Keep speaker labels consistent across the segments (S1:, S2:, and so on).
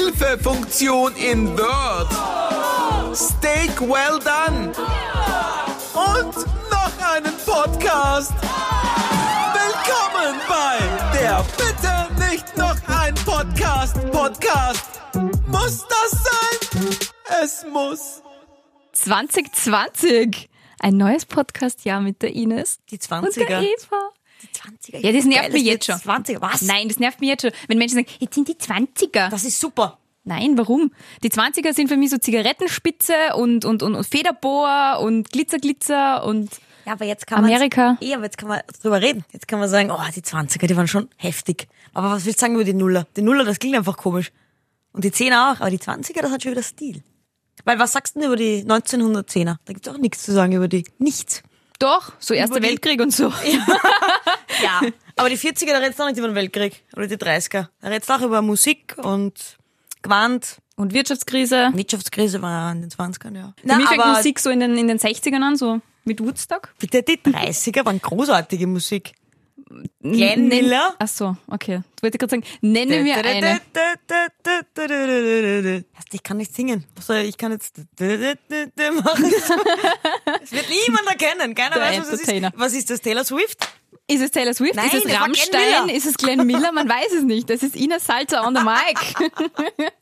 S1: Hilfefunktion in Word. Steak well done. Und noch einen Podcast. Willkommen bei der Bitte nicht noch ein Podcast. Podcast. Muss das sein? Es muss.
S2: 2020. Ein neues Podcast-Jahr mit der Ines
S3: Die
S2: und der
S3: 20er.
S2: Eva.
S3: Die 20er.
S2: Ja, das nervt mich jetzt schon.
S3: 20 was?
S2: Nein, das nervt mich jetzt schon, wenn Menschen sagen, jetzt sind die 20er.
S3: Das ist super.
S2: Nein, warum? Die 20er sind für mich so Zigarettenspitze und, und, und, und Federboa und Glitzerglitzer und
S3: Ja, aber jetzt kann man.
S2: Amerika.
S3: Ja, aber jetzt kann man drüber reden. Jetzt kann man sagen, oh, die 20er, die waren schon heftig. Aber was willst du sagen über die Nuller? Die Nuller, das klingt einfach komisch. Und die 10er auch, aber die 20er, das hat schon wieder Stil. Weil was sagst du denn über die 1910er? Da gibt's auch nichts zu sagen über die. Nichts.
S2: Doch, so Erster
S3: Über die-
S2: Weltkrieg und so.
S3: Ja. aber die 40er, da redst du auch nicht über den Weltkrieg. Oder die 30er. Da redst du auch über Musik und Gewand.
S2: Und Wirtschaftskrise.
S3: Wirtschaftskrise war in den 20ern, ja.
S2: Für mich fängt Musik so in den, in den 60ern an, so mit Woodstock.
S3: Bitte, die 30er waren großartige Musik. Glenn
S2: Nenn-
S3: Miller.
S2: Ach so, okay. Ich wollte gerade sagen, nenne mir eine.
S3: Erst, Ich kann nicht singen. Was soll ich Ich kann jetzt machen. Es wird niemand erkennen. Keiner
S2: Der
S3: weiß, was es
S2: Entertainer.
S3: ist. Was ist das? Taylor Swift?
S2: Ist es Taylor Swift?
S3: Nein,
S2: ist es
S3: es war Glenn
S2: Rammstein?
S3: Miller.
S2: Ist es Glenn Miller? Man weiß es nicht. Das ist Ina Salzer on the mic.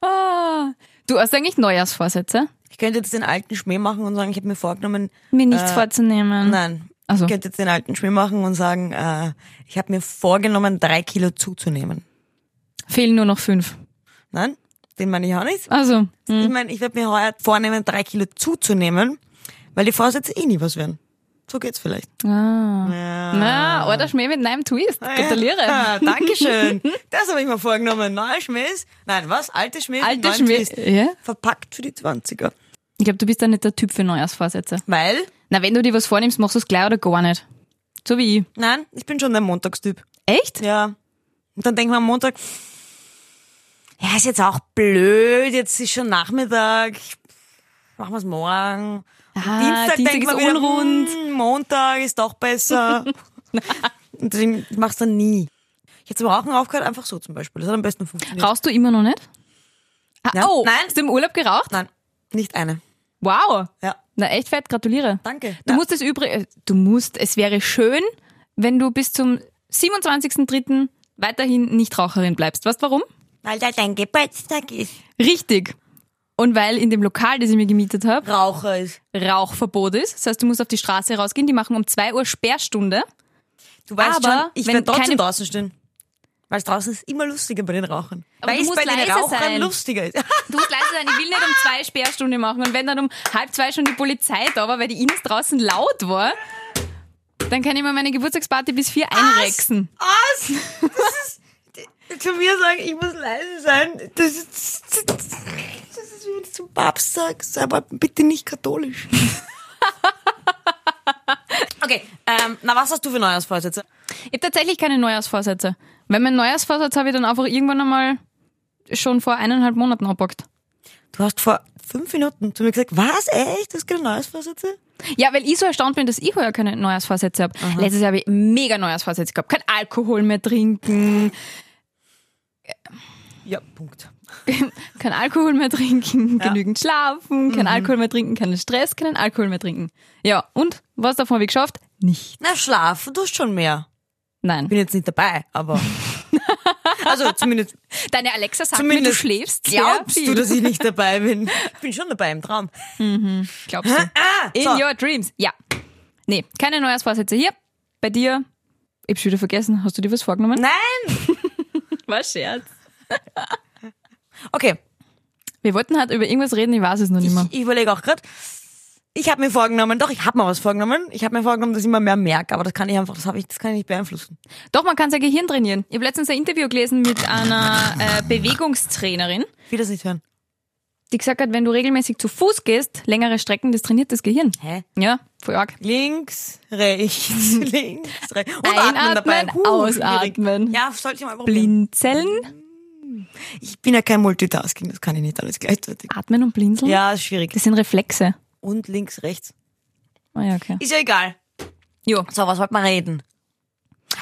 S2: Ah. Du hast eigentlich Neujahrsvorsätze?
S3: Ich könnte jetzt den alten Schmäh machen und sagen, ich habe mir vorgenommen.
S2: Mir nichts
S3: äh,
S2: vorzunehmen.
S3: Nein.
S2: Ach so.
S3: Ich könnte jetzt den alten Schmäh machen und sagen, äh, ich habe mir vorgenommen, drei Kilo zuzunehmen.
S2: Fehlen nur noch fünf.
S3: Nein, den meine ich auch nicht.
S2: Also,
S3: Ich meine, ich werde mir heuer vornehmen, drei Kilo zuzunehmen, weil die Vorsätze eh nie was werden. So geht's vielleicht.
S2: na, oder Schmäh mit einem Twist. Ah. Gratuliere.
S3: Ah, Dankeschön. Das habe ich mir vorgenommen. Neuer Schmähs. Nein, was? Alte Schmähs.
S2: Alte
S3: neuen
S2: Schmäh-
S3: Twist.
S2: Ja?
S3: Verpackt für die 20er.
S2: Ich glaube, du bist da nicht der Typ für Neujahrsvorsätze.
S3: Weil?
S2: Na, wenn du dir was vornimmst, machst du es gleich oder gar nicht. So wie ich.
S3: Nein, ich bin schon der Montagstyp.
S2: Echt?
S3: Ja. Und dann denkt man am Montag, ja, ist jetzt auch blöd, jetzt ist schon Nachmittag, machen wir es morgen. Und
S2: Ah, Dienstag
S3: denkt man
S2: ist unrund.
S3: Wieder, "Hm, Montag ist doch besser. Und deswegen mach's dann nie. Ich hätte zum Rauchen aufgehört, einfach so zum Beispiel. Das hat am besten funktioniert.
S2: Rauchst du immer noch nicht? Ah,
S3: Nein.
S2: Oh,
S3: hm. Nein.
S2: hast du im Urlaub geraucht?
S3: Nein, nicht eine.
S2: Wow.
S3: Ja.
S2: Na, echt fett, gratuliere.
S3: Danke.
S2: Du
S3: Ja.
S2: musst es übrigens, du musst, es wäre schön, wenn du bis zum 27.03. weiterhin Nichtraucherin bleibst. Weißt du warum?
S3: Weil da dein Geburtstag ist.
S2: Richtig. Und weil in dem Lokal, das ich mir gemietet habe,
S3: Raucher ist.
S2: Rauchverbot ist. Das heißt, du musst auf die Straße rausgehen. Die machen um 2 Uhr Sperrstunde.
S3: Du weißt
S2: Aber
S3: schon, ich
S2: wenn
S3: werde trotzdem
S2: keine-
S3: draußen stehen. Weil es draußen ist immer lustiger bei den Rauchern.
S2: Aber
S3: Weil
S2: du
S3: es
S2: musst
S3: bei den
S2: leise
S3: Rauchern
S2: sein.
S3: lustiger ist.
S2: Du musst leise sein, ich will nicht um zwei Sperrstunde machen. Und wenn dann um halb zwei schon die Polizei da war, weil die Ines draußen laut war, dann kann ich mir meine Geburtstagsparty bis vier einrechsen.
S3: Was? Das ist, zu mir sagen, ich muss leise sein, das ist, das ist wie wenn ich zum Papst sage, sei aber bitte nicht katholisch. okay, ähm, na was hast du für Neujahrsvorsätze?
S2: Ich habe tatsächlich keine Neujahrsvorsätze. Wenn mein Neujahrsvorsatz habe ich dann einfach irgendwann einmal schon vor eineinhalb Monaten abpackt.
S3: Du hast vor fünf Minuten zu mir gesagt, was, echt, das keine Neujahrsvorsätze?
S2: Ja, weil ich so erstaunt bin, dass ich heuer keine Neujahrsvorsätze habe. Letztes Jahr habe ich mega Neujahrsvorsätze gehabt. Kein Alkohol mehr trinken,
S3: Ja, Punkt.
S2: kein Alkohol mehr trinken, genügend schlafen,
S3: Mhm.
S2: kein Alkohol mehr trinken, keinen Stress, keinen Alkohol mehr trinken. Ja, und was davon habe ich geschafft? Nicht.
S3: Na, schlafen tust schon mehr.
S2: Nein.
S3: bin jetzt nicht dabei, aber. Also zumindest,
S2: Deine Alexa sagt mir, du
S3: zumindest
S2: schläfst
S3: glaubst
S2: sehr
S3: du,
S2: viel.
S3: dass ich nicht dabei bin. Ich bin schon dabei im Traum.
S2: glaubst du. In
S3: Ah, so.
S2: your dreams. Ja. Nee, keine Neujahrsvorsätze hier. Bei dir. Ich hab's wieder vergessen. Hast du dir was vorgenommen?
S3: Nein!
S2: War Scherz.
S3: Okay,
S2: Wir wollten halt über irgendwas reden, ich weiß es noch nicht mehr.
S3: ich, ich überlege auch gerade. Ich habe mir vorgenommen, doch, ich habe mir was vorgenommen. Ich habe mir vorgenommen, dass ich immer mehr merke, aber das kann ich einfach, das, hab ich, das kann ich nicht beeinflussen.
S2: Doch, man kann sein Gehirn trainieren. Ich habe letztens ein Interview gelesen mit einer äh, Bewegungstrainerin,
S3: Ich will das nicht hören.
S2: die gesagt hat, wenn du regelmäßig zu Fuß gehst, längere Strecken, das trainiert das Gehirn.
S3: Hä?
S2: Ja, voll arg.
S3: Links, rechts, links, rechts. Und
S2: Einatmen,
S3: atmen dabei. Huh,
S2: ausatmen.
S3: schwierig. Ja, sollte ich mal probieren.
S2: Blinzeln,
S3: Ich bin ja kein Multitasking, das kann ich nicht alles gleichzeitig.
S2: atmen und blinzeln.
S3: Ja, ist schwierig.
S2: Das sind Reflexe.
S3: Und links, rechts.
S2: Ah ja, okay.
S3: Ist ja egal.
S2: Jo.
S3: So, was wollt man reden?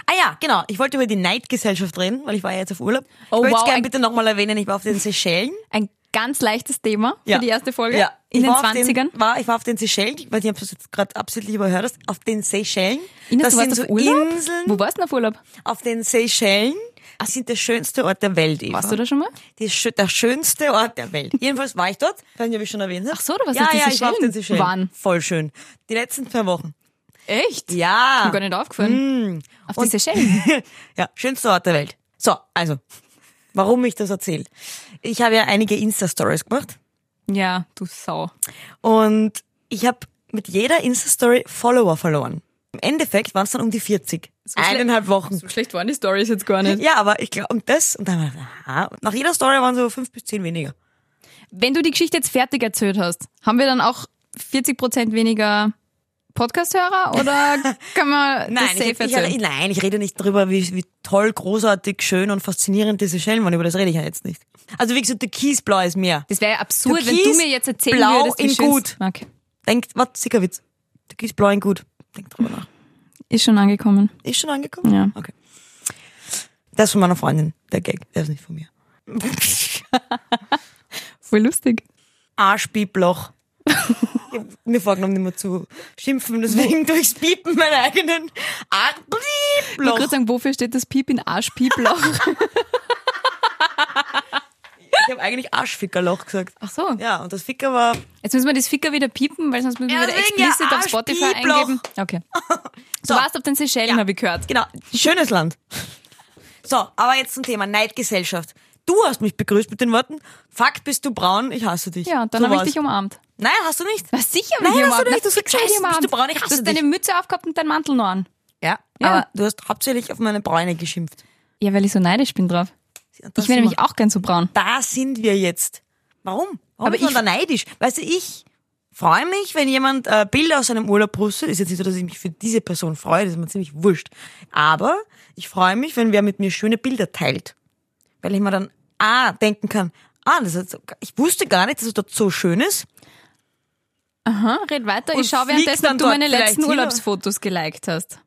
S3: Ah ja, genau. Ich wollte über die Neidgesellschaft reden, weil ich war ja jetzt auf Urlaub.
S2: Oh,
S3: ich möchte
S2: wow,
S3: es gerne
S2: ein-
S3: bitte nochmal erwähnen, ich war auf den Seychellen.
S2: Ein ganz leichtes Thema
S3: Ja.
S2: für die erste Folge.
S3: Ja.
S2: In
S3: ich
S2: den
S3: war auf
S2: 20ern.
S3: Den, war, ich war auf den Seychellen, ich weiß nicht, ob du es jetzt gerade absichtlich überhört hast, auf den Seychellen.
S2: Ines,
S3: das
S2: du warst
S3: sind
S2: auf
S3: so
S2: Urlaub?
S3: Inseln
S2: Wo warst du denn auf Urlaub?
S3: auf den Seychellen. Das sind der schönste Ort der Welt, Eva.
S2: Warst du da schon mal?
S3: Die, schö- der schönste Ort der Welt. Jedenfalls war ich dort. Ich weiß nicht, ob ich schon erwähnt habe.
S2: Ach so, du warst
S3: ja,
S2: auf den
S3: ja, ich war auf den
S2: Seychellen.
S3: Seychellen.
S2: Wann?
S3: Voll schön. Die letzten zwei Wochen.
S2: Echt? Ja.
S3: Ja.
S2: Gar nicht aufgefallen. Auf die Seychellen.
S3: Ja, schönster Ort der Welt. So, also, warum ich das erzähle. Ich habe ja einige Insta-Stories gemacht
S2: Ja, du Sau.
S3: und ich habe mit jeder Insta-Story Follower verloren. Im Endeffekt waren es dann um die 40.
S2: schle-
S3: Eineinhalb Wochen.
S2: schlecht waren die Stories jetzt gar nicht.
S3: Ja, aber ich glaube, und das, und dann, aha, und nach jeder Story waren so fünf bis zehn weniger.
S2: Wenn du die Geschichte jetzt fertig erzählt hast, haben wir dann auch 40% weniger Podcast-Hörer oder kann man das safe
S3: ich, ich,
S2: erzählen?
S3: nein, ich rede nicht drüber, wie, wie toll, großartig, schön und faszinierend diese Schellen waren. Über das rede ich ja jetzt nicht. Also wie gesagt, Türkisblau ist mehr.
S2: das wäre ja absurd, wenn du
S3: Türkis,
S2: mir jetzt erzählen
S3: blau
S2: würdest, wie
S3: in
S2: schön's-
S3: gut.
S2: Okay.
S3: Denkt, was, Sickerwitz. Türkisblau in gut. Denkt drüber nach.
S2: Ist schon angekommen.
S3: Ist schon angekommen?
S2: Ja.
S3: Okay. Das ist von meiner Freundin, der Gag. Der ist nicht von mir.
S2: Voll lustig.
S3: Arsch, Pieploch. Ich hab Mir vorgenommen, nicht mehr zu schimpfen, deswegen durchs Piepen meinen eigenen Arsch,
S2: Ich wollte
S3: Pieploch.
S2: gerade sagen, wofür steht das Piep in Arsch, Pieplauch?
S3: Ich habe eigentlich Arschfickerloch gesagt.
S2: Ach so.
S3: Ja, und das Ficker war
S2: Jetzt müssen wir das Ficker wieder piepen, weil sonst müssen wir
S3: Ja,
S2: wieder
S3: deswegen, ja,
S2: explizit auf
S3: Arsch,
S2: Spotify
S3: Pieploch.
S2: eingeben. Okay. Du warst auf den Seychellen, habe ich gehört.
S3: Genau, schönes Land. So, aber jetzt zum Thema Neidgesellschaft. Du hast mich begrüßt mit den Worten, Fakt bist du braun, ich hasse dich.
S2: Ja, und dann
S3: so
S2: habe ich
S3: war's.
S2: dich um- umarmt.
S3: Nein, hast du nicht.
S2: Na sicher hab
S3: Nein,
S2: ich dich
S3: hast
S2: umarmt.
S3: du nicht.
S2: Na,
S3: Du sagst,
S2: sicher hab ich
S3: scheiße,
S2: umarmt.
S3: bist du braun, ich
S2: Du
S3: hasse
S2: hast deine
S3: dich.
S2: Mütze aufgehabt und deinen Mantel noch an.
S3: Ja,
S2: Ja.
S3: aber du hast hauptsächlich auf meine Bräune geschimpft.
S2: Ja, weil ich so neidisch bin drauf.
S3: Das
S2: Ich wäre nämlich
S3: sind
S2: auch gern so braun.
S3: wir- Da sind wir jetzt. Warum? Warum
S2: Aber
S3: ist man
S2: ich-
S3: da neidisch? Weißt du, ich freue mich, wenn jemand äh, Bilder aus seinem Urlaub postet. Ist jetzt nicht so, dass ich mich für diese Person freue, das ist mir ziemlich wurscht. Aber ich freue mich, wenn wer mit mir schöne Bilder teilt. Weil ich mir dann, ah, denken kann, ah, das ist, ich wusste gar nicht, dass es dort so schön ist.
S2: Aha, Ah, red weiter.
S3: Und
S2: ich schaue
S3: fliegst
S2: währenddessen,
S3: dann
S2: ob du
S3: dort
S2: meine
S3: vielleicht
S2: letzten
S3: hin, oder?
S2: Urlaubsfotos geliked hast.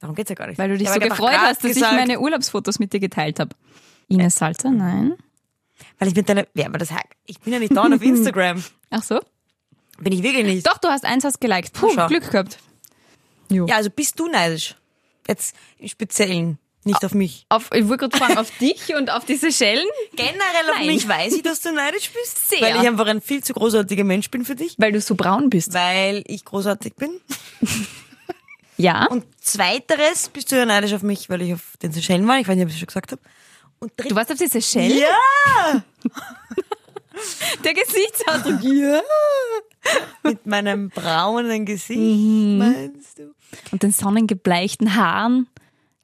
S3: Darum geht's ja gar nicht.
S2: Weil du dich
S3: Ich hab
S2: so
S3: ja gerade
S2: gefreut hast, dass
S3: gesagt,
S2: ich meine Urlaubsfotos mit dir geteilt habe. Ines Salzer, nein.
S3: Weil ich mit deiner, ja, aber das, ich bin ja nicht dauernd auf Instagram.
S2: Ach so?
S3: Bin ich wirklich nicht.
S2: Doch, du hast eins hast geliked. Puh,
S3: schau.
S2: Glück gehabt.
S3: Ja, also bist du neidisch. Jetzt im Speziellen, nicht
S2: Ah.
S3: auf mich.
S2: Auf, ich wollte gerade fragen, auf dich und auf diese Schellen?
S3: Generell auf
S2: Nein.
S3: mich weiß ich, dass du neidisch bist.
S2: Sehr.
S3: Weil ich einfach ein viel zu großartiger Mensch bin für dich.
S2: Weil du so braun bist.
S3: Weil ich großartig bin.
S2: Ja.
S3: Und zweiteres bist du ja neidisch auf mich, weil ich auf den Seychellen war. Ich weiß nicht, ob ich das schon gesagt habe. Und dritt-
S2: du warst auf diese Schellen?
S3: Ja!
S2: Der Gesichtsausdruck.
S3: Ja! Mit meinem braunen Gesicht,
S2: Mhm.
S3: meinst du?
S2: Und den sonnengebleichten Haaren.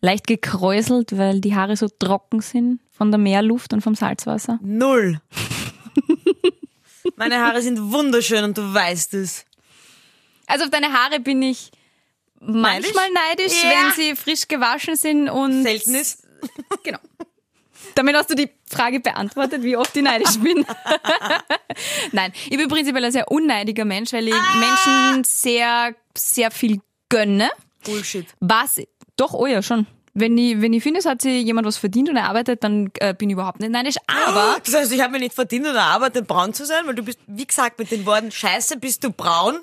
S2: Leicht gekräuselt, weil die Haare so trocken sind von der Meerluft und vom Salzwasser.
S3: Null. Meine Haare sind wunderschön und du weißt es.
S2: Also auf deine Haare bin ich manchmal neidisch,
S3: Ja.
S2: wenn sie frisch gewaschen sind und
S3: Selten ist.
S2: genau. Damit hast du die Frage beantwortet, wie oft ich neidisch bin. Nein, ich bin prinzipiell ein sehr unneidiger Mensch, weil ich
S3: Ah.
S2: Menschen sehr, sehr viel gönne.
S3: Bullshit.
S2: Was, doch, oh ja, schon. Wenn ich, wenn ich finde, es hat sich jemand was verdient und erarbeitet, dann äh, bin ich überhaupt nicht neidisch. Aber
S3: Das heißt, ich habe mir nicht verdient oder erarbeitet, braun zu sein, weil du bist, wie gesagt, mit den Worten Scheiße, bist du braun?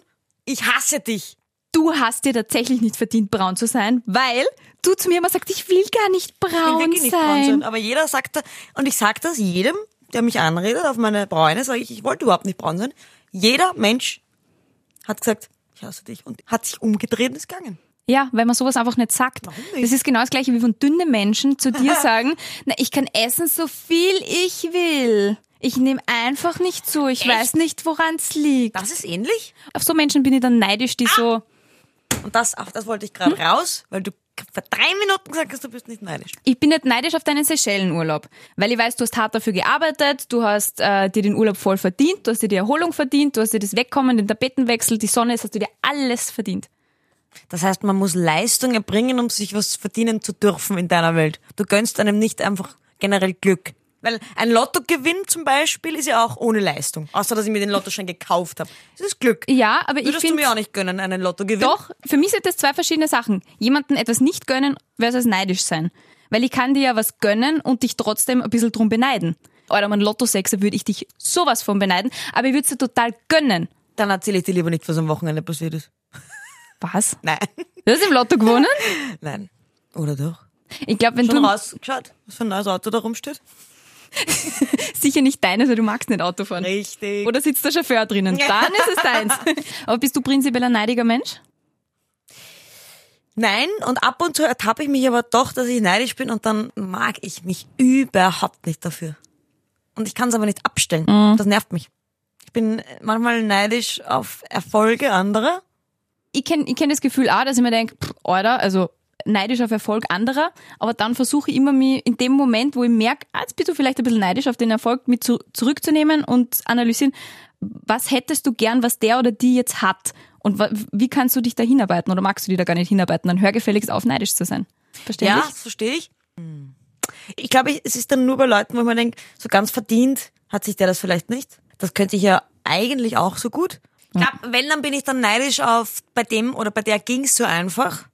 S3: Ich hasse dich.
S2: du hast dir tatsächlich nicht verdient, braun zu sein, weil du zu mir immer sagst, ich will gar nicht
S3: Ich will
S2: braun
S3: wirklich nicht braun
S2: sein.
S3: sein. Aber jeder sagt, da- und ich sage das jedem, der mich anredet auf meine Bräune, sage ich, ich wollte überhaupt nicht braun sein. Jeder Mensch hat gesagt, ich hasse dich und hat sich umgedreht und ist gegangen.
S2: Ja, weil man sowas einfach nicht sagt.
S3: nicht?
S2: Das ist genau das gleiche wie von dünne Menschen zu dir sagen, na, ich kann essen so viel ich will. Ich nehme einfach nicht zu. Ich weiß nicht, woran es liegt.
S3: Das ist ähnlich.
S2: Auf so Menschen bin ich dann neidisch,
S3: Ah!
S2: die so,
S3: Und das, auf das wollte ich gerade
S2: Hm?
S3: raus, weil du vor drei Minuten gesagt hast, du bist nicht neidisch.
S2: ich bin nicht neidisch auf deinen Seychellenurlaub, weil ich weiß, du hast hart dafür gearbeitet, du hast äh, dir den Urlaub voll verdient, du hast dir die Erholung verdient, du hast dir das Wegkommen, den Tapetenwechsel, die Sonne, das hast du dir alles verdient.
S3: Das heißt, man muss Leistung erbringen, um sich was verdienen zu dürfen in deiner Welt. Du gönnst einem nicht einfach generell Glück. Weil ein Lottogewinn zum Beispiel ist ja auch ohne Leistung. Außer, dass ich mir den Lottoschein gekauft habe. Das ist Glück.
S2: Ja, aber ich
S3: Würdest du
S2: finde.
S3: mir auch nicht gönnen, einen Lottogewinn?
S2: Doch, für mich sind das zwei verschiedene Sachen. Jemanden etwas nicht gönnen versus neidisch sein. Weil ich kann dir ja was gönnen und dich trotzdem ein bisschen drum beneiden. Oder mein Lotto-Sechser würde ich dich sowas von beneiden, aber ich würde es dir total gönnen.
S3: Dann erzähle ich dir lieber nicht, was am Wochenende passiert ist.
S2: Was?
S3: Nein.
S2: Du hast im Lotto gewonnen?
S3: Nein. Oder doch?
S2: Ich glaube, wenn
S3: Schon
S2: du
S3: rausgeschaut, was für ein neues Auto da rumsteht?
S2: sicher nicht deines, weil du magst nicht Auto fahren.
S3: Richtig.
S2: Oder sitzt der Chauffeur drinnen? Dann ist es deins. Aber bist du prinzipiell ein neidiger Mensch?
S3: Nein, und ab und zu ertappe ich mich aber doch, dass ich neidisch bin und dann mag ich mich überhaupt nicht dafür. Und ich kann es aber nicht abstellen. Das nervt mich. Ich bin manchmal neidisch auf Erfolge anderer.
S2: ich kenne ich kenn das Gefühl auch, dass ich mir denke, Alter, also neidisch auf Erfolg anderer, aber dann versuche ich immer mich in dem Moment, wo ich merke, ah, jetzt bist du vielleicht ein bisschen neidisch auf den Erfolg, mit zu, zurückzunehmen und analysieren, was hättest du gern, was der oder die jetzt hat und wa- wie kannst du dich da hinarbeiten oder magst du dich da gar nicht hinarbeiten, dann hör gefälligst auf, neidisch zu sein. Verstehe
S3: Ja,
S2: ich?
S3: das verstehe ich. Ich glaube, ich- es ist dann nur bei Leuten, wo ich mir denke, so ganz verdient hat sich der das vielleicht nicht. Das könnte ich ja eigentlich auch so gut. Ich glaube, wenn, dann bin ich dann neidisch auf, bei dem oder bei der ging's so einfach.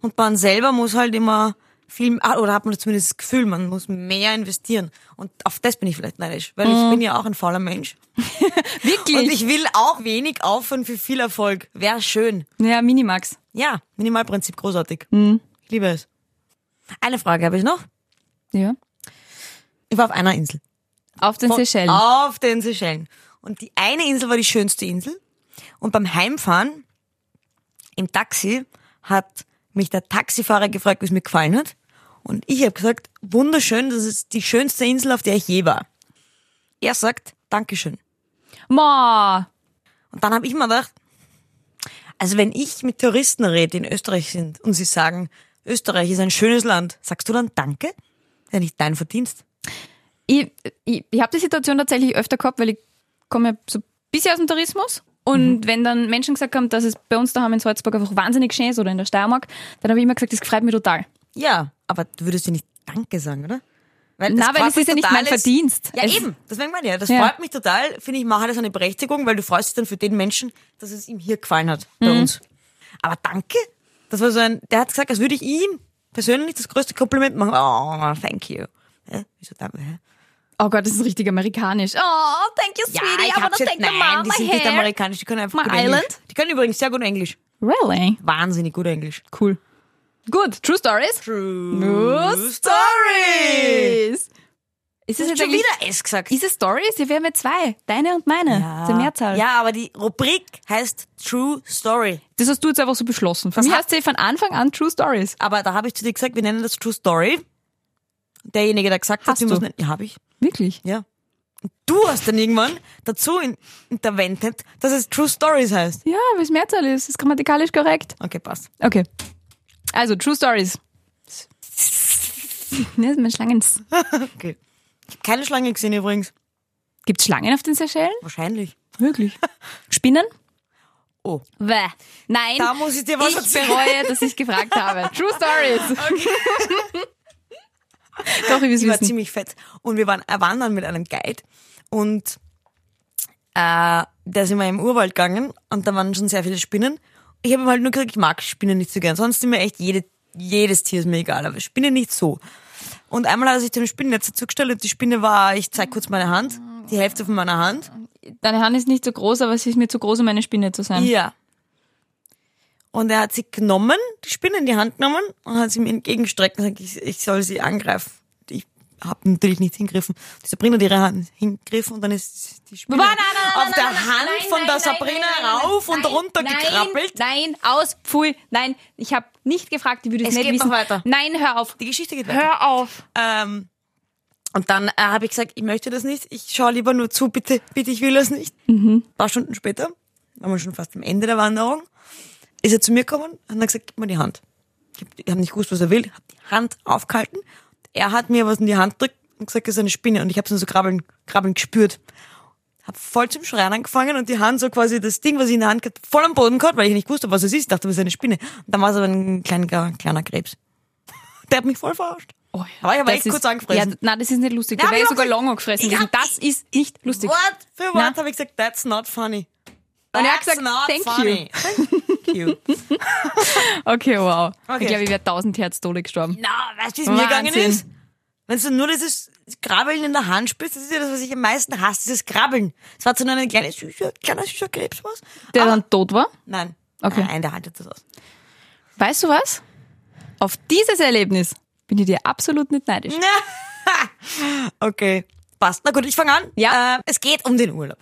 S3: Und man selber muss halt immer viel, ah, oder hat man zumindest das Gefühl, man muss mehr investieren. Und auf das bin ich vielleicht neidisch, weil
S2: Mhm.
S3: ich bin ja auch ein fauler Mensch.
S2: Wirklich?
S3: Und ich will auch wenig aufhören für viel Erfolg. Wäre schön.
S2: ja, Minimax.
S3: Ja, Minimalprinzip, großartig.
S2: Mhm.
S3: Ich liebe es. Eine Frage habe ich noch.
S2: Ja.
S3: Ich war auf einer Insel.
S2: Auf den Seychellen.
S3: Auf den Seychellen. Und die eine Insel war die schönste Insel. Und beim Heimfahren im Taxi hat mich der Taxifahrer gefragt, wie es mir gefallen hat. Und ich habe gesagt, wunderschön, das ist die schönste Insel, auf der ich je war. Er sagt, Dankeschön.
S2: Ma,
S3: Und dann habe ich mir gedacht, also wenn ich mit Touristen rede, die in Österreich sind, und sie sagen, Österreich ist ein schönes Land, sagst du dann Danke? Ist ja nicht dein Verdienst.
S2: ich, ich, ich habe die Situation tatsächlich öfter gehabt, weil ich komme ja so ein bisschen aus dem Tourismus. Und
S3: Mhm.
S2: wenn dann Menschen gesagt haben, dass es bei uns daheim in Salzburg einfach wahnsinnig schön ist oder in der Steiermark, dann habe ich immer gesagt, das freut mich total.
S3: Ja, aber du würdest dir nicht Danke sagen, oder? Weil
S2: Na,
S3: das
S2: weil
S3: freut
S2: es
S3: mich
S2: ist ja nicht
S3: total,
S2: mein
S3: es-
S2: Verdienst.
S3: Ja,
S2: Es-
S3: eben. Deswegen meine ich ja, das
S2: Ja.
S3: freut mich total. Finde ich, mache das eine Berechtigung, weil du freust dich dann für den Menschen, dass es ihm hier gefallen hat, bei
S2: Mhm.
S3: uns. Aber danke? Das war so ein, der hat gesagt, als würde ich ihm persönlich das größte Kompliment machen. Oh, thank you. Hä? Wieso danke? Hä?
S2: Oh Gott, das ist richtig amerikanisch. Oh, thank you, sweetie. I wanna
S3: hab's jetzt-
S2: thank the
S3: nein,
S2: mom,
S3: die
S2: my
S3: sind nicht
S2: hair.
S3: amerikanisch, die können einfach
S2: My
S3: gut Englisch.
S2: island.
S3: Die können übrigens sehr gut Englisch.
S2: Really?
S3: Wahnsinnig gut Englisch.
S2: Cool. Gut, True Stories?
S3: True
S2: Ist
S3: Das
S2: es
S3: ist
S2: jetzt
S3: schon
S2: eigentlich...
S3: wieder S gesagt.
S2: Ist es Stories? Ja, wir haben ja zwei. Deine und meine. Ja. Die Mehrzahl.
S3: Ah. Ja, aber die Rubrik heißt True Story.
S2: Das hast du jetzt einfach so beschlossen. Für mich
S3: hat-
S2: heißt sie von Anfang an True Stories.
S3: Aber da habe ich zu dir gesagt, wir nennen das True Story. Derjenige, der gesagt
S2: Hast
S3: hat, wir
S2: du?
S3: müssen. Ja, habe ich.
S2: Wirklich?
S3: Ja. Und du hast dann irgendwann dazu in- interventet, dass es True Stories heißt.
S2: Ja, weil es Mehrzahl ist. Ist grammatikalisch korrekt.
S3: Okay, passt.
S2: Okay. Also, True Stories. Ne, das ist mein Schlangens.
S3: Okay. Ich habe keine Schlange gesehen übrigens.
S2: Gibt's Schlangen auf den Seychellen?
S3: Wahrscheinlich.
S2: Wirklich. Spinnen?
S3: Oh.
S2: Bäh. Nein.
S3: Da muss ich dir was
S2: ich
S3: erzählen.
S2: bereue, dass ich gefragt habe. True Stories. Doch, ich will
S3: Die war
S2: wissen.
S3: ziemlich fett. Und wir waren äh, wandern mit einem Guide. Und äh, da sind wir im Urwald gegangen und da waren schon sehr viele Spinnen. Ich habe ihm halt nur gesagt, ich mag Spinnen nicht so gern. Sonst sind mir echt jede, jedes Tier ist mir egal, aber Spinnen nicht so. Und einmal hat er sich zu einem Spinnennetz dazugestellt und die Spinne war, ich zeig kurz meine Hand, die Hälfte von meiner Hand.
S2: Deine Hand ist nicht so groß, aber sie ist mir zu groß, um eine Spinne zu sein.
S3: Ja. Und er hat sie genommen, die Spinne in die Hand genommen und hat sie mir entgegengestreckt und gesagt, ich, ich soll sie angreifen. Ich habe natürlich nicht hingriffen. Die Sabrina hat ihre Hand hingriffen und dann ist die Spinne
S2: Nein, nein, nein, nein,
S3: auf der
S2: nein, nein,
S3: Hand
S2: nein,
S3: von
S2: nein,
S3: der
S2: nein,
S3: Sabrina
S2: nein, nein, nein,
S3: rauf und
S2: nein,
S3: runter
S2: nein,
S3: gekrabbelt.
S2: Nein, aus, pfui, nein, ich habe nicht gefragt, die würde es,
S3: Es
S2: nicht
S3: geht noch
S2: wissen.
S3: weiter.
S2: Nein, hör auf.
S3: Die Geschichte geht weiter.
S2: Hör auf.
S3: Ähm, und dann äh, habe ich gesagt, ich möchte das nicht. Ich schaue lieber nur zu, bitte, bitte, ich will das nicht. Ein paar Stunden später, waren wir schon fast am Ende der Wanderung, ist er zu mir gekommen und hat gesagt, gib mir die Hand. Ich habe hab nicht gewusst, was er will, habe die Hand aufgehalten. Er hat mir was in die Hand gedrückt und gesagt, das ist eine Spinne. Und ich habe es nur so krabbeln, krabbeln gespürt. Hab voll zum Schreien angefangen und die Hand so quasi das Ding, was ich in der Hand gehabt hab, voll am Boden gehabt, weil ich nicht gewusst habe, was es ist. Ich dachte, das ist eine Spinne. Und dann war es aber ein kleiner, kleiner Krebs. Der hat mich voll verarscht.
S2: Oh ja.
S3: Aber ich hab
S2: Das
S3: echt
S2: ist-
S3: kurz angefressen.
S2: Ja, nein, das ist nicht lustig.
S3: Nein,
S2: Da
S3: aber
S2: wäre ich
S3: ich
S2: sogar
S3: hab
S2: lang angefressen
S3: Ich
S2: gewesen.
S3: hab-
S2: Das ist nicht lustig.
S3: Wort für
S2: Nein.
S3: Wort habe ich gesagt, that's not funny.
S2: Und er hat
S3: That's
S2: gesagt,
S3: not
S2: thank you.
S3: funny. Thank you.
S2: Okay, wow.
S3: Okay.
S2: Ich glaube, ich wäre tausend Herztode gestorben.
S3: Na, weißt du, wie es mir gegangen
S2: Wahnsinn.
S3: ist? Wenn du nur dieses Krabbeln in der Hand spürst, das ist ja das, was ich am meisten hasse, dieses Krabbeln. Es war zwar nur ein kleiner, süßer, kleiner, süßer Krebs was.
S2: Der
S3: aber-
S2: dann tot war?
S3: Nein.
S2: Okay.
S3: Nein, der haltet das aus.
S2: Weißt du was? Auf dieses Erlebnis bin ich dir absolut nicht neidisch.
S3: okay. Passt. Na gut, ich fange an.
S2: Ja. Mhm.
S3: Äh, es geht um den Urlaub.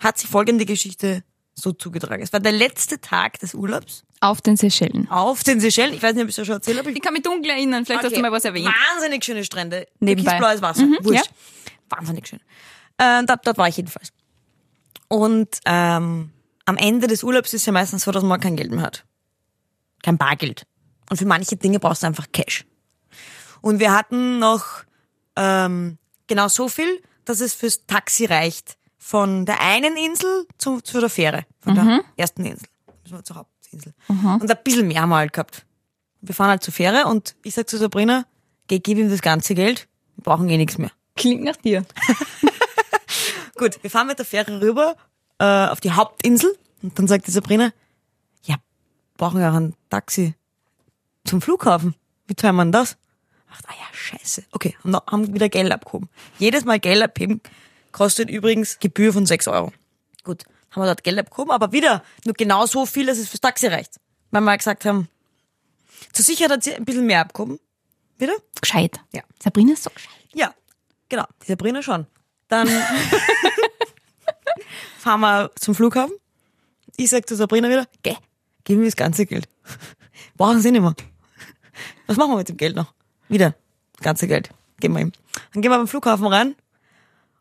S3: Hat sich folgende Geschichte so zugetragen. Es war der letzte Tag des Urlaubs
S2: Auf den Seychellen.
S3: auf den Seychellen. Ich weiß nicht, ob ich es dir schon erzählt habe. Ich
S2: Ich kann mich dunkel erinnern, vielleicht hast du mal was erwähnt.
S3: Wahnsinnig schöne Strände.
S2: Nebenbei.
S3: Nebenbei. blaues Wasser.
S2: Mhm,
S3: Wurscht. Wahnsinnig schön. Äh, da, dort war ich jedenfalls. Und ähm, am Ende des Urlaubs ist ja meistens so, dass man kein Geld mehr hat. Kein Bargeld. Und für manche Dinge brauchst du einfach Cash. Und wir hatten noch ähm, genau so viel, dass es fürs Taxi reicht. Von der einen Insel zu, zu der Fähre. Von
S2: Mhm.
S3: der ersten Insel. Müssen wir Zur Hauptinsel. Und ein bisschen mehr haben wir halt gehabt wir fahren halt zur Fähre und ich sag zu Sabrina, geh, gib ihm das ganze Geld, wir brauchen eh nichts mehr.
S2: Klingt nach dir.
S3: Gut, wir fahren mit der Fähre rüber äh, auf die Hauptinsel und dann sagt die Sabrina, ja, brauchen wir auch ein Taxi zum Flughafen. Wie teilen wir denn das? Ach, ah ja, scheiße. Okay, haben noch- haben wieder Geld abgehoben. Jedes Mal Geld abheben kostet übrigens Gebühr von 6 Euro. Gut, haben wir dort Geld abgehoben, aber wieder nur genau so viel, dass es fürs Taxi reicht. Weil wir gesagt haben, zur Sicherheit hat sie ein bisschen mehr abgehoben. Wieder?
S2: Gescheit.
S3: Ja.
S2: Sabrina ist so gescheit.
S3: Ja, genau. Die Sabrina schon. Dann fahren wir zum Flughafen. Ich sag zu Sabrina wieder, geh, gib mir das ganze Geld. Brauchen sie nicht mehr. Was machen wir mit dem Geld noch? Wieder, das ganze Geld. Geben wir ihm. Dann gehen wir beim Flughafen rein.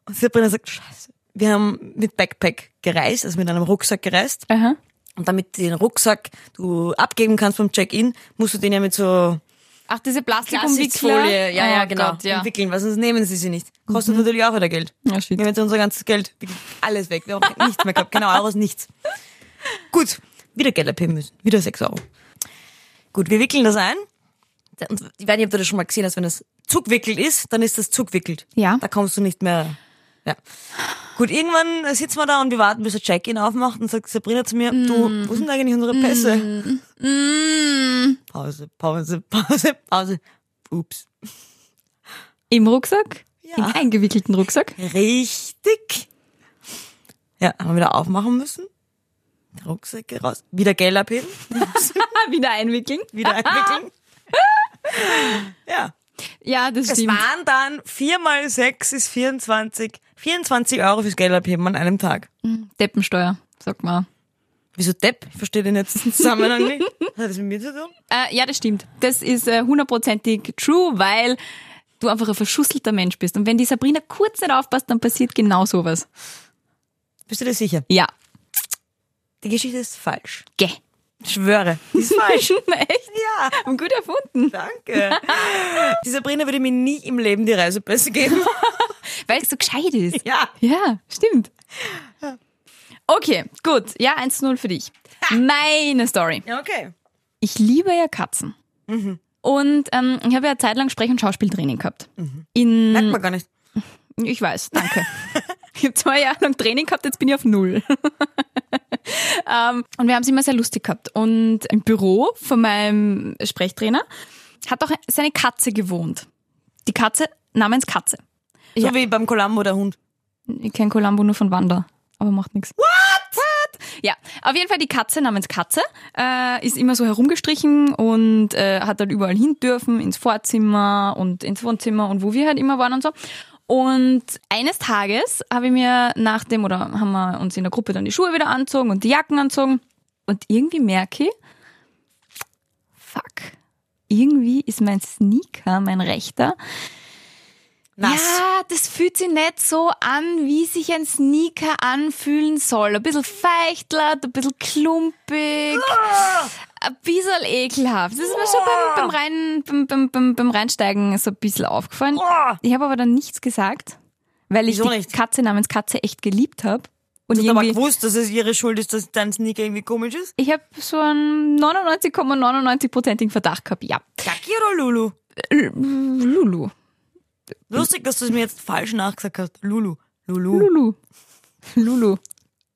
S3: Und Sabrina sagt, scheiße, wir haben mit Backpack gereist, also mit einem Rucksack gereist.
S2: Aha.
S3: Und damit den Rucksack du abgeben kannst beim Check-in, musst du den ja mit so
S2: Ach, diese
S3: Plastikumwickler.
S2: Plastikumwickler.
S3: Ja, ja,
S2: um Oh
S3: genau.
S2: Gott, ja.
S3: Entwickeln, weil sonst nehmen sie sie nicht. Kostet natürlich auch wieder Geld.
S2: Ja, stimmt.
S3: Wir haben jetzt unser ganzes Geld, wirklich alles weg. Wir haben nichts mehr gehabt, keine Euros, nichts. Gut, wieder Geld abheben müssen. Wieder 6 Euro. Gut, wir wickeln das ein. Und ich weiß nicht, ob du das schon mal gesehen hast, wenn das zugwickelt ist, dann ist das zugwickelt.
S2: Ja.
S3: Da kommst du nicht mehr. Ja. Gut, irgendwann sitzen wir da und wir warten, bis der Check-in aufmacht und sagt Sabrina zu mir, du, wo sind eigentlich unsere Pässe? Pause, Pause, Pause, Pause. Ups.
S2: Im Rucksack?
S3: Ja.
S2: Im eingewickelten Rucksack?
S3: Richtig. Ja, haben wir wieder aufmachen müssen. Die Rucksäcke raus. Wieder Geld abheben.
S2: Ah, wieder einwickeln?
S3: Wieder einwickeln. ja.
S2: Ja, das
S3: Es
S2: stimmt.
S3: waren dann vier mal sechs ist 24. 24 Euro fürs Geld abheben an einem Tag.
S2: Deppensteuer, sag mal.
S3: Wieso Depp? Ich verstehe den jetzt Zusammenhang nicht. Was hat das mit mir zu tun?
S2: Äh, ja, das stimmt. Das ist äh, hundertprozentig true, weil du einfach ein verschusselter Mensch bist. Und wenn die Sabrina kurz nicht aufpasst, dann passiert genau sowas.
S3: Bist du dir sicher?
S2: Ja.
S3: Die Geschichte ist falsch.
S2: Geh.
S3: Ich schwöre. Die ist falsch.
S2: Echt?
S3: ja.
S2: Gut erfunden.
S3: Danke. Die Sabrina würde mir nie im Leben die Reisepässe geben.
S2: Weil es so gescheit ist.
S3: Ja.
S2: Ja, stimmt. Okay, gut. Ja, 1-0 für dich. Meine Story.
S3: Okay.
S2: Ich liebe ja Katzen. Und ähm, ich habe ja zeitlang Sprech- und Schauspieltraining gehabt. In
S3: Merkt man gar nicht.
S2: Ich weiß, danke. ich habe zwei Jahre lang Training gehabt, jetzt bin ich auf null. ähm, und wir haben es immer sehr lustig gehabt. Und im Büro von meinem Sprechtrainer hat auch seine Katze gewohnt. Die Katze namens Katze.
S3: So
S2: Ja.
S3: wie beim Columbo der Hund.
S2: Ich kenne Columbo nur von Wanda, aber macht nichts. What? Ja, auf jeden Fall die Katze namens Katze äh, ist immer so herumgestrichen und äh, hat halt überall hin dürfen, ins Vorzimmer und ins Wohnzimmer und wo wir halt immer waren und so. Und eines Tages habe ich mir nach dem, oder haben wir uns in der Gruppe dann die Schuhe wieder anzogen und die Jacken anzogen und irgendwie merke ich, fuck, irgendwie ist mein Sneaker, mein rechter,
S3: Nass.
S2: ja, das fühlt sich nicht so an, wie sich ein Sneaker anfühlen soll. Ein bisschen feichtlert, ein bisschen klumpig,
S3: Ah!
S2: ein bisschen ekelhaft. Das ist mir schon beim, beim, rein, beim, beim, beim, beim Reinsteigen so ein bisschen aufgefallen.
S3: Oh.
S2: Ich habe aber dann nichts gesagt, weil ich
S3: Wieso
S2: die
S3: nicht?
S2: Katze namens Katze echt geliebt habe. Und
S3: Ich habe
S2: irgendwie,
S3: gewusst, dass es ihre Schuld ist, dass dein Sneaker irgendwie komisch ist.
S2: ich habe so einen 99,99%igen Verdacht gehabt. Ja,
S3: Kaki oder Lulu?
S2: L- Lulu.
S3: Lustig, dass du es mir jetzt falsch nachgesagt hast. Lulu. Lulu. Oh,
S2: Lulu. Lulu.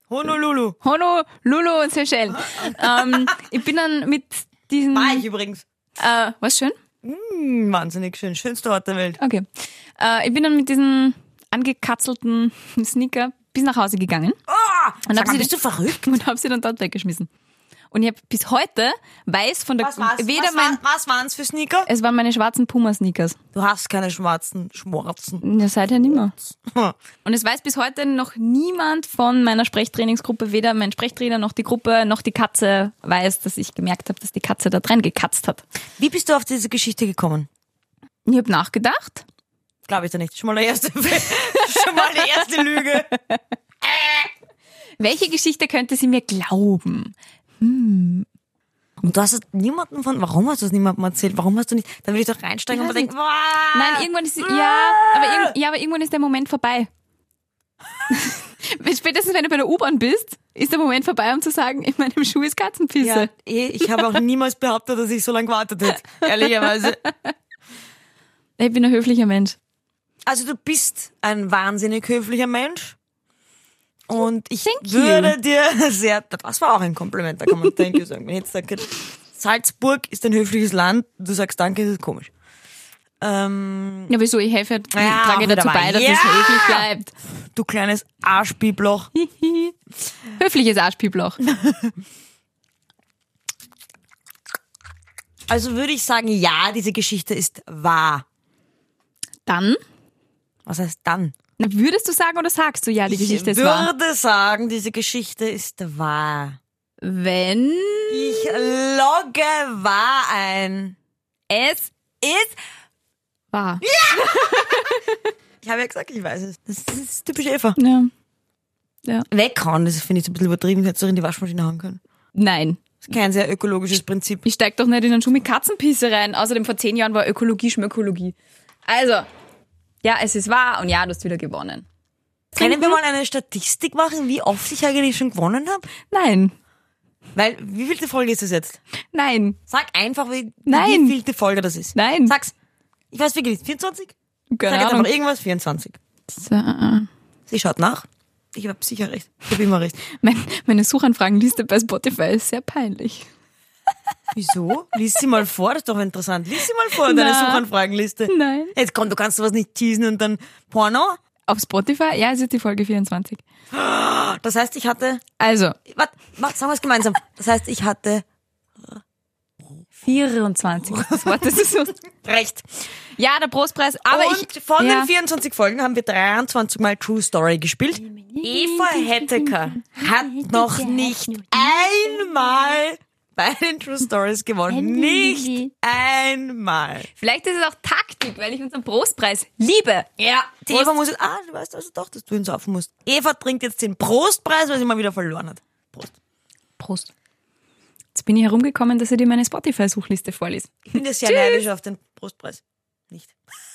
S3: Honolulu.
S2: Hono, Lulu und Seychellen. ähm, ich bin dann mit diesen.
S3: War ich übrigens.
S2: Äh, was schön?
S3: Hm, wahnsinnig schön. Schönster Ort der Welt.
S2: Okay. Äh, ich bin dann mit diesen angekatzelten Sneaker bis nach Hause gegangen Und hab
S3: Sag mal,
S2: sie-
S3: bist du verrückt?
S2: und habe sie dann dort weggeschmissen. Und ich habe bis heute weiß von der
S3: Was war's?
S2: weder
S3: was,
S2: mein
S3: war, was waren's für Sneaker?
S2: es waren meine schwarzen Puma Sneakers.
S3: Du hast keine schwarzen Schwarzen.
S2: Ja, seither nimmer.
S3: Hm.
S2: Und es weiß bis heute noch niemand von meiner Sprechtrainingsgruppe, weder mein Sprechtrainer noch die Gruppe noch die Katze weiß, dass ich gemerkt habe, dass die Katze da dran gekatzt hat.
S3: Wie bist du auf diese Geschichte gekommen?
S2: Ich habe nachgedacht.
S3: Glaube ich da nicht. Schon mal der erste, schon mal die erste Lüge.
S2: Welche Geschichte könnte sie mir glauben?
S3: Und du hast es niemandem von, warum hast du es niemandem erzählt? Warum hast du nicht, dann würde ich doch reinsteigen und
S2: Ich
S3: mir
S2: weiß
S3: denken, wow.
S2: Nein, irgendwann ist ja, aber irgend, ja, aber irgendwann ist der Moment vorbei. Spätestens wenn du bei der U-Bahn bist, ist der Moment vorbei, um zu sagen, in meinem Schuh ist Katzenpisse.
S3: ja, eh, ich habe auch niemals behauptet, dass ich so lange gewartet hätte. Ehrlicherweise.
S2: Ich bin ein höflicher Mensch.
S3: Also du bist ein wahnsinnig höflicher Mensch. Und ich
S2: Thank you.
S3: würde dir sehr, das war auch ein Kompliment, da kann man Thank you sagen. Wenn ich jetzt sage, Salzburg ist ein höfliches Land, du sagst Danke, das ist komisch. Ähm,
S2: Ja, wieso? Ich helfe,
S3: Ja,
S2: trage
S3: auch
S2: dazu
S3: wieder
S2: bei, dass
S3: wahr.
S2: es
S3: Ja.
S2: höflich bleibt.
S3: du kleines Arschbibloch.
S2: Höfliches Arschpibloch.
S3: Also würde ich sagen, ja, diese Geschichte ist wahr.
S2: Dann
S3: Was heißt dann?
S2: na, würdest du sagen oder sagst du, ja, die Geschichte
S3: ich
S2: ist wahr?
S3: würde sagen, diese Geschichte ist wahr.
S2: Wenn
S3: Ich logge wahr ein.
S2: es
S3: Ist
S2: wahr.
S3: Ich habe ja gesagt, ich weiß es. Das ist typisch Eva.
S2: Ja.
S3: Weghauen, das finde ich so ein bisschen übertrieben. Hättest du doch in die Waschmaschine hauen können.
S2: Nein.
S3: Das ist kein sehr ökologisches Prinzip.
S2: Ich steig doch nicht in einen Schuh mit Katzenpisse rein. Außerdem vor zehn Jahren war Ökologie Schmökologie. Also, ja, es ist wahr und ja, du hast wieder gewonnen.
S3: Können wir mal eine Statistik machen, wie oft ich eigentlich schon gewonnen habe?
S2: Nein,
S3: Weil, wie vielte Folge ist das jetzt?
S2: nein,
S3: Sag einfach, wie,
S2: Nein.
S3: wie vielte Folge das ist.
S2: nein.
S3: Sag's. Ich weiß wirklich nicht. 24? Sag
S2: keine
S3: jetzt einfach
S2: Ahnung.
S3: irgendwas. 24.
S2: So, äh,
S3: Sie schaut nach. Ich habe sicher recht. Ich habe immer recht.
S2: mein, meine Suchanfragenliste bei Spotify ist sehr peinlich.
S3: Wieso? Lies sie mal vor, das ist doch interessant. Lies sie mal vor, deine
S2: Na.
S3: Suchanfragenliste.
S2: Nein.
S3: Jetzt komm, du kannst sowas nicht teasen und dann Porno.
S2: Auf Spotify? Ja, es ist die Folge 24.
S3: Ah, Das heißt, ich hatte
S2: Also,
S3: Warte, mach, sagen wir es gemeinsam. Das heißt, ich hatte
S2: 24. Das Wort, das ist so.
S3: recht.
S2: Ja, der Brustpreis, aber
S3: Und
S2: ich.
S3: von
S2: ja.
S3: den 24 Folgen haben wir 23 Mal True Story gespielt. Eva Hettecker hat noch nicht einmal bei den True Stories gewonnen. Nicht einmal.
S2: Vielleicht ist es auch Taktik, weil ich unseren Brustpreis liebe.
S3: Ja, die Eva muss jetzt, ah, du weißt also doch, dass du ihn saufen musst. Eva trinkt jetzt den Prostpreis, weil sie mal wieder verloren hat. Prost.
S2: Prost. Jetzt bin ich herumgekommen, dass ich dir meine Spotify-Suchliste vorlese.
S3: Ich bin ja sehr neidisch auf den Prostpreis. Nicht.